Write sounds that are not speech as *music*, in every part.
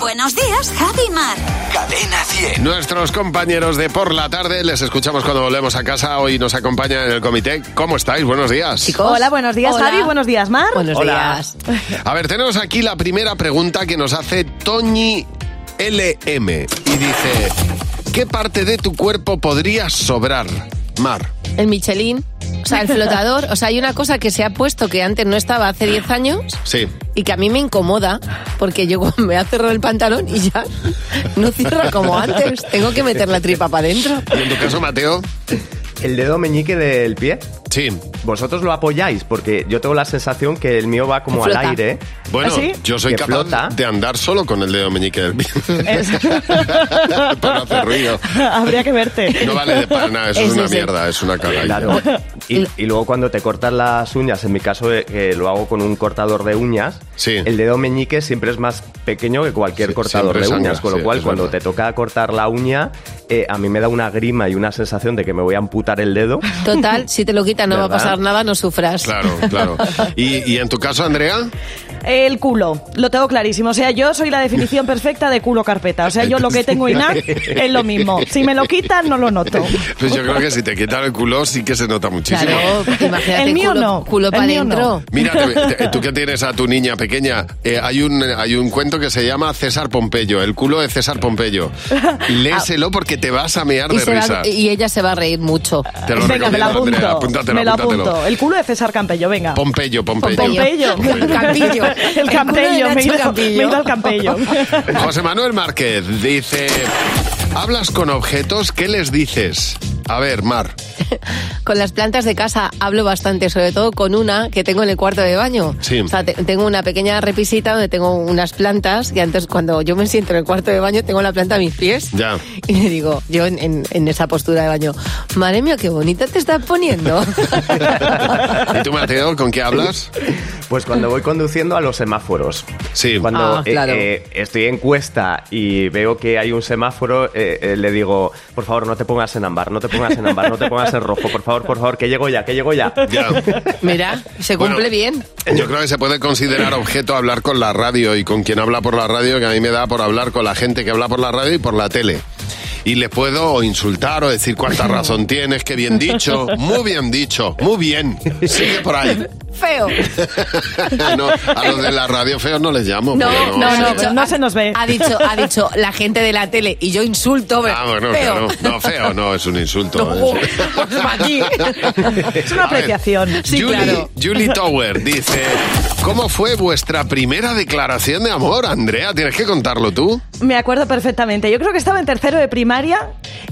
Buenos días, Javi Mar. Cadena 100. Nuestros compañeros de por la tarde les escuchamos cuando volvemos a casa. Hoy nos acompaña en el comité. ¿Cómo estáis? Buenos días. Hola, buenos días, Hola. Javi. Buenos días, Mar. Buenos Hola. días. A ver, tenemos aquí la primera pregunta que nos hace Toñi LM. Y dice: ¿Qué parte de tu cuerpo podría sobrar? Mar. El Michelin, o *laughs* sea, el flotador. O sea, hay una cosa que se ha puesto que antes no estaba hace 10 años Sí. y que a mí me incomoda porque yo me ha cerrado el pantalón y ya no cierra como antes. Tengo que meter la tripa para adentro. ¿Y en tu caso, Mateo? El dedo meñique del pie. Sí. Vosotros lo apoyáis porque yo tengo la sensación que el mío va como Flota. al aire. ¿eh? Bueno, ¿Ah, sí? yo soy Que capaz flota. de andar solo con el dedo meñique del pie. *laughs* para hacer ruido. Habría que verte. No vale de para nada, eso es, Ese una es el- mierda, es una cagada. Claro. Y, y luego cuando te cortas las uñas, en mi caso eh, que lo hago con un cortador de uñas, Sí. el dedo meñique siempre es más pequeño que cualquier Sí, cortador siempre de sangra, uñas, con lo sí, cual es cuando verdad. te toca cortar la uña, eh, a mí me da una grima y una sensación de que me voy a amputar el dedo. Total, si te lo quitan no va a ¿Verdad? pasar nada, no sufras. Claro, claro. ¿Y, y en tu caso, Andrea? El culo. Lo tengo clarísimo. O sea, yo soy la definición perfecta de culo carpeta. O sea, yo lo que tengo innato es lo mismo. Si me lo quitan, no lo noto. Pues yo creo que si te quitan el culo sí que se nota muchísimo. Claro, imagínate El mío culo, no, culo el para mío adentro. no. Mira, te- te- tú que tienes a tu niña pequeña, eh, hay, un, hay un cuento que se llama César Pompeyo, el culo de César *laughs* Pompeyo. Léselo porque te vas a mear Y, de se va- risa. y ella se va a reír mucho. Te lo venga, me recomiendo, Andrea, lo apunto. apúntatelo, me lo apúntatelo. apunto. El culo de César Campello, venga. Pompeyo, Pompeyo. Pompeyo. Campillo. El Campello. Me he ido- me he ido al Campello. José Manuel Márquez dice, hablas con objetos, ¿qué les dices? A ver, Mar. Con las plantas de casa hablo bastante, sobre todo con una que tengo en el cuarto de baño. Sí. O sea, te- tengo una pequeña repisita donde tengo unas plantas que antes cuando yo me siento en el cuarto de baño tengo la planta a mis pies. Ya. *laughs* Y le digo, yo en, en- en esa postura de baño, madre mía, qué bonita te estás *laughs* poniendo. ¿Y tú, Mateo, con qué hablas? Pues cuando voy conduciendo a los semáforos. Sí. Cuando Ah, eh, claro. eh, estoy en cuesta y veo que hay un semáforo, eh, eh, le digo, por favor, no te pongas en ámbar, no te pongas en ámbar, no te pongas en rojo, por favor, por favor, que llego ya, que llego ya. Ya. Mira, se Bueno, cumple bien. Yo creo que se puede considerar objeto hablar con la radio y con quien habla por la radio, que a mí me da por hablar con la gente que habla por la radio y por la tele. Y les puedo insultar o decir cuánta *laughs* razón tienes, qué bien dicho, muy bien dicho, muy bien, sigue por ahí. *laughs* Feo. No, a los de la radio feo no les llamo. No, pero no, sí. no, sí. no ha- se nos ve. Ha dicho, ha dicho la gente de la tele y yo insulto. pero Ah, bueno, feo. claro. No, feo no, es un insulto. *laughs* No, es- pues *laughs* va aquí. Es una A ver, apreciación. Sí, Julie, claro. *laughs* Julie Tower dice, ¿cómo fue vuestra primera declaración de amor, Andrea? Tienes que contarlo tú. Me acuerdo perfectamente. Yo creo que estaba en tercero de primaria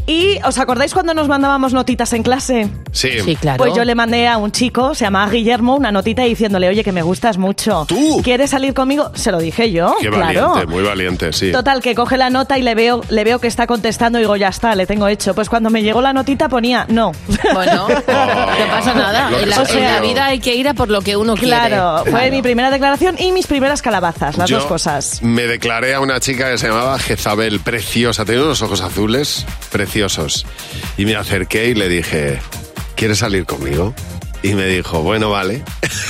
y ¿os acordáis cuando nos mandábamos notitas en clase? Sí. Sí, claro. Pues yo le mandé a un chico, se llamaba Guillermo, una notita diciéndole, oye, que me gustas mucho. ¿Tú? ¿Quieres salir conmigo? Se lo dije yo, Qué Oh, claro. valiente, muy valiente, sí. Total, que coge la nota y le veo, le veo que está contestando y digo, ya está, le tengo hecho. Pues cuando me llegó la notita ponía, no. *laughs* *laughs* Bueno, no pasa nada. Lo que En la, se en la perdió. vida hay que ir a por lo que uno Claro, quiere. fue mi primera declaración y mis primeras calabazas, las Yo dos cosas. Me declaré a una chica que se llamaba Jezabel, preciosa, tenía unos ojos azules preciosos. Y me acerqué y le dije, ¿quieres salir conmigo? Y me dijo, bueno, vale. *laughs*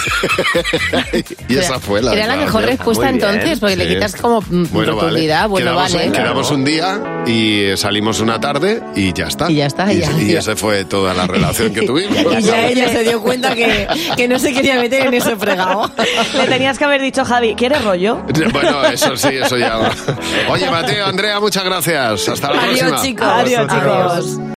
y esa fue la Era la declaración. mejor respuesta Muy bien, entonces, porque le Ah, Sí. quitas como mm, Bueno, vale. oportunidad. Bueno, quedamos, vale. quedamos un día y eh, salimos una tarde y ya está. Y ya está, Y, ya. y esa fue toda la relación que tuvimos. *laughs* Y ya ella se dio cuenta que, que no se quería meter en ese fregado. Le tenías que haber dicho, Javi, ¿quieres rollo? Bueno, eso sí, eso ya. Oye, Mateo, Andrea, muchas gracias. Hasta la Adiós, próxima. chicos. Adiós, chicos.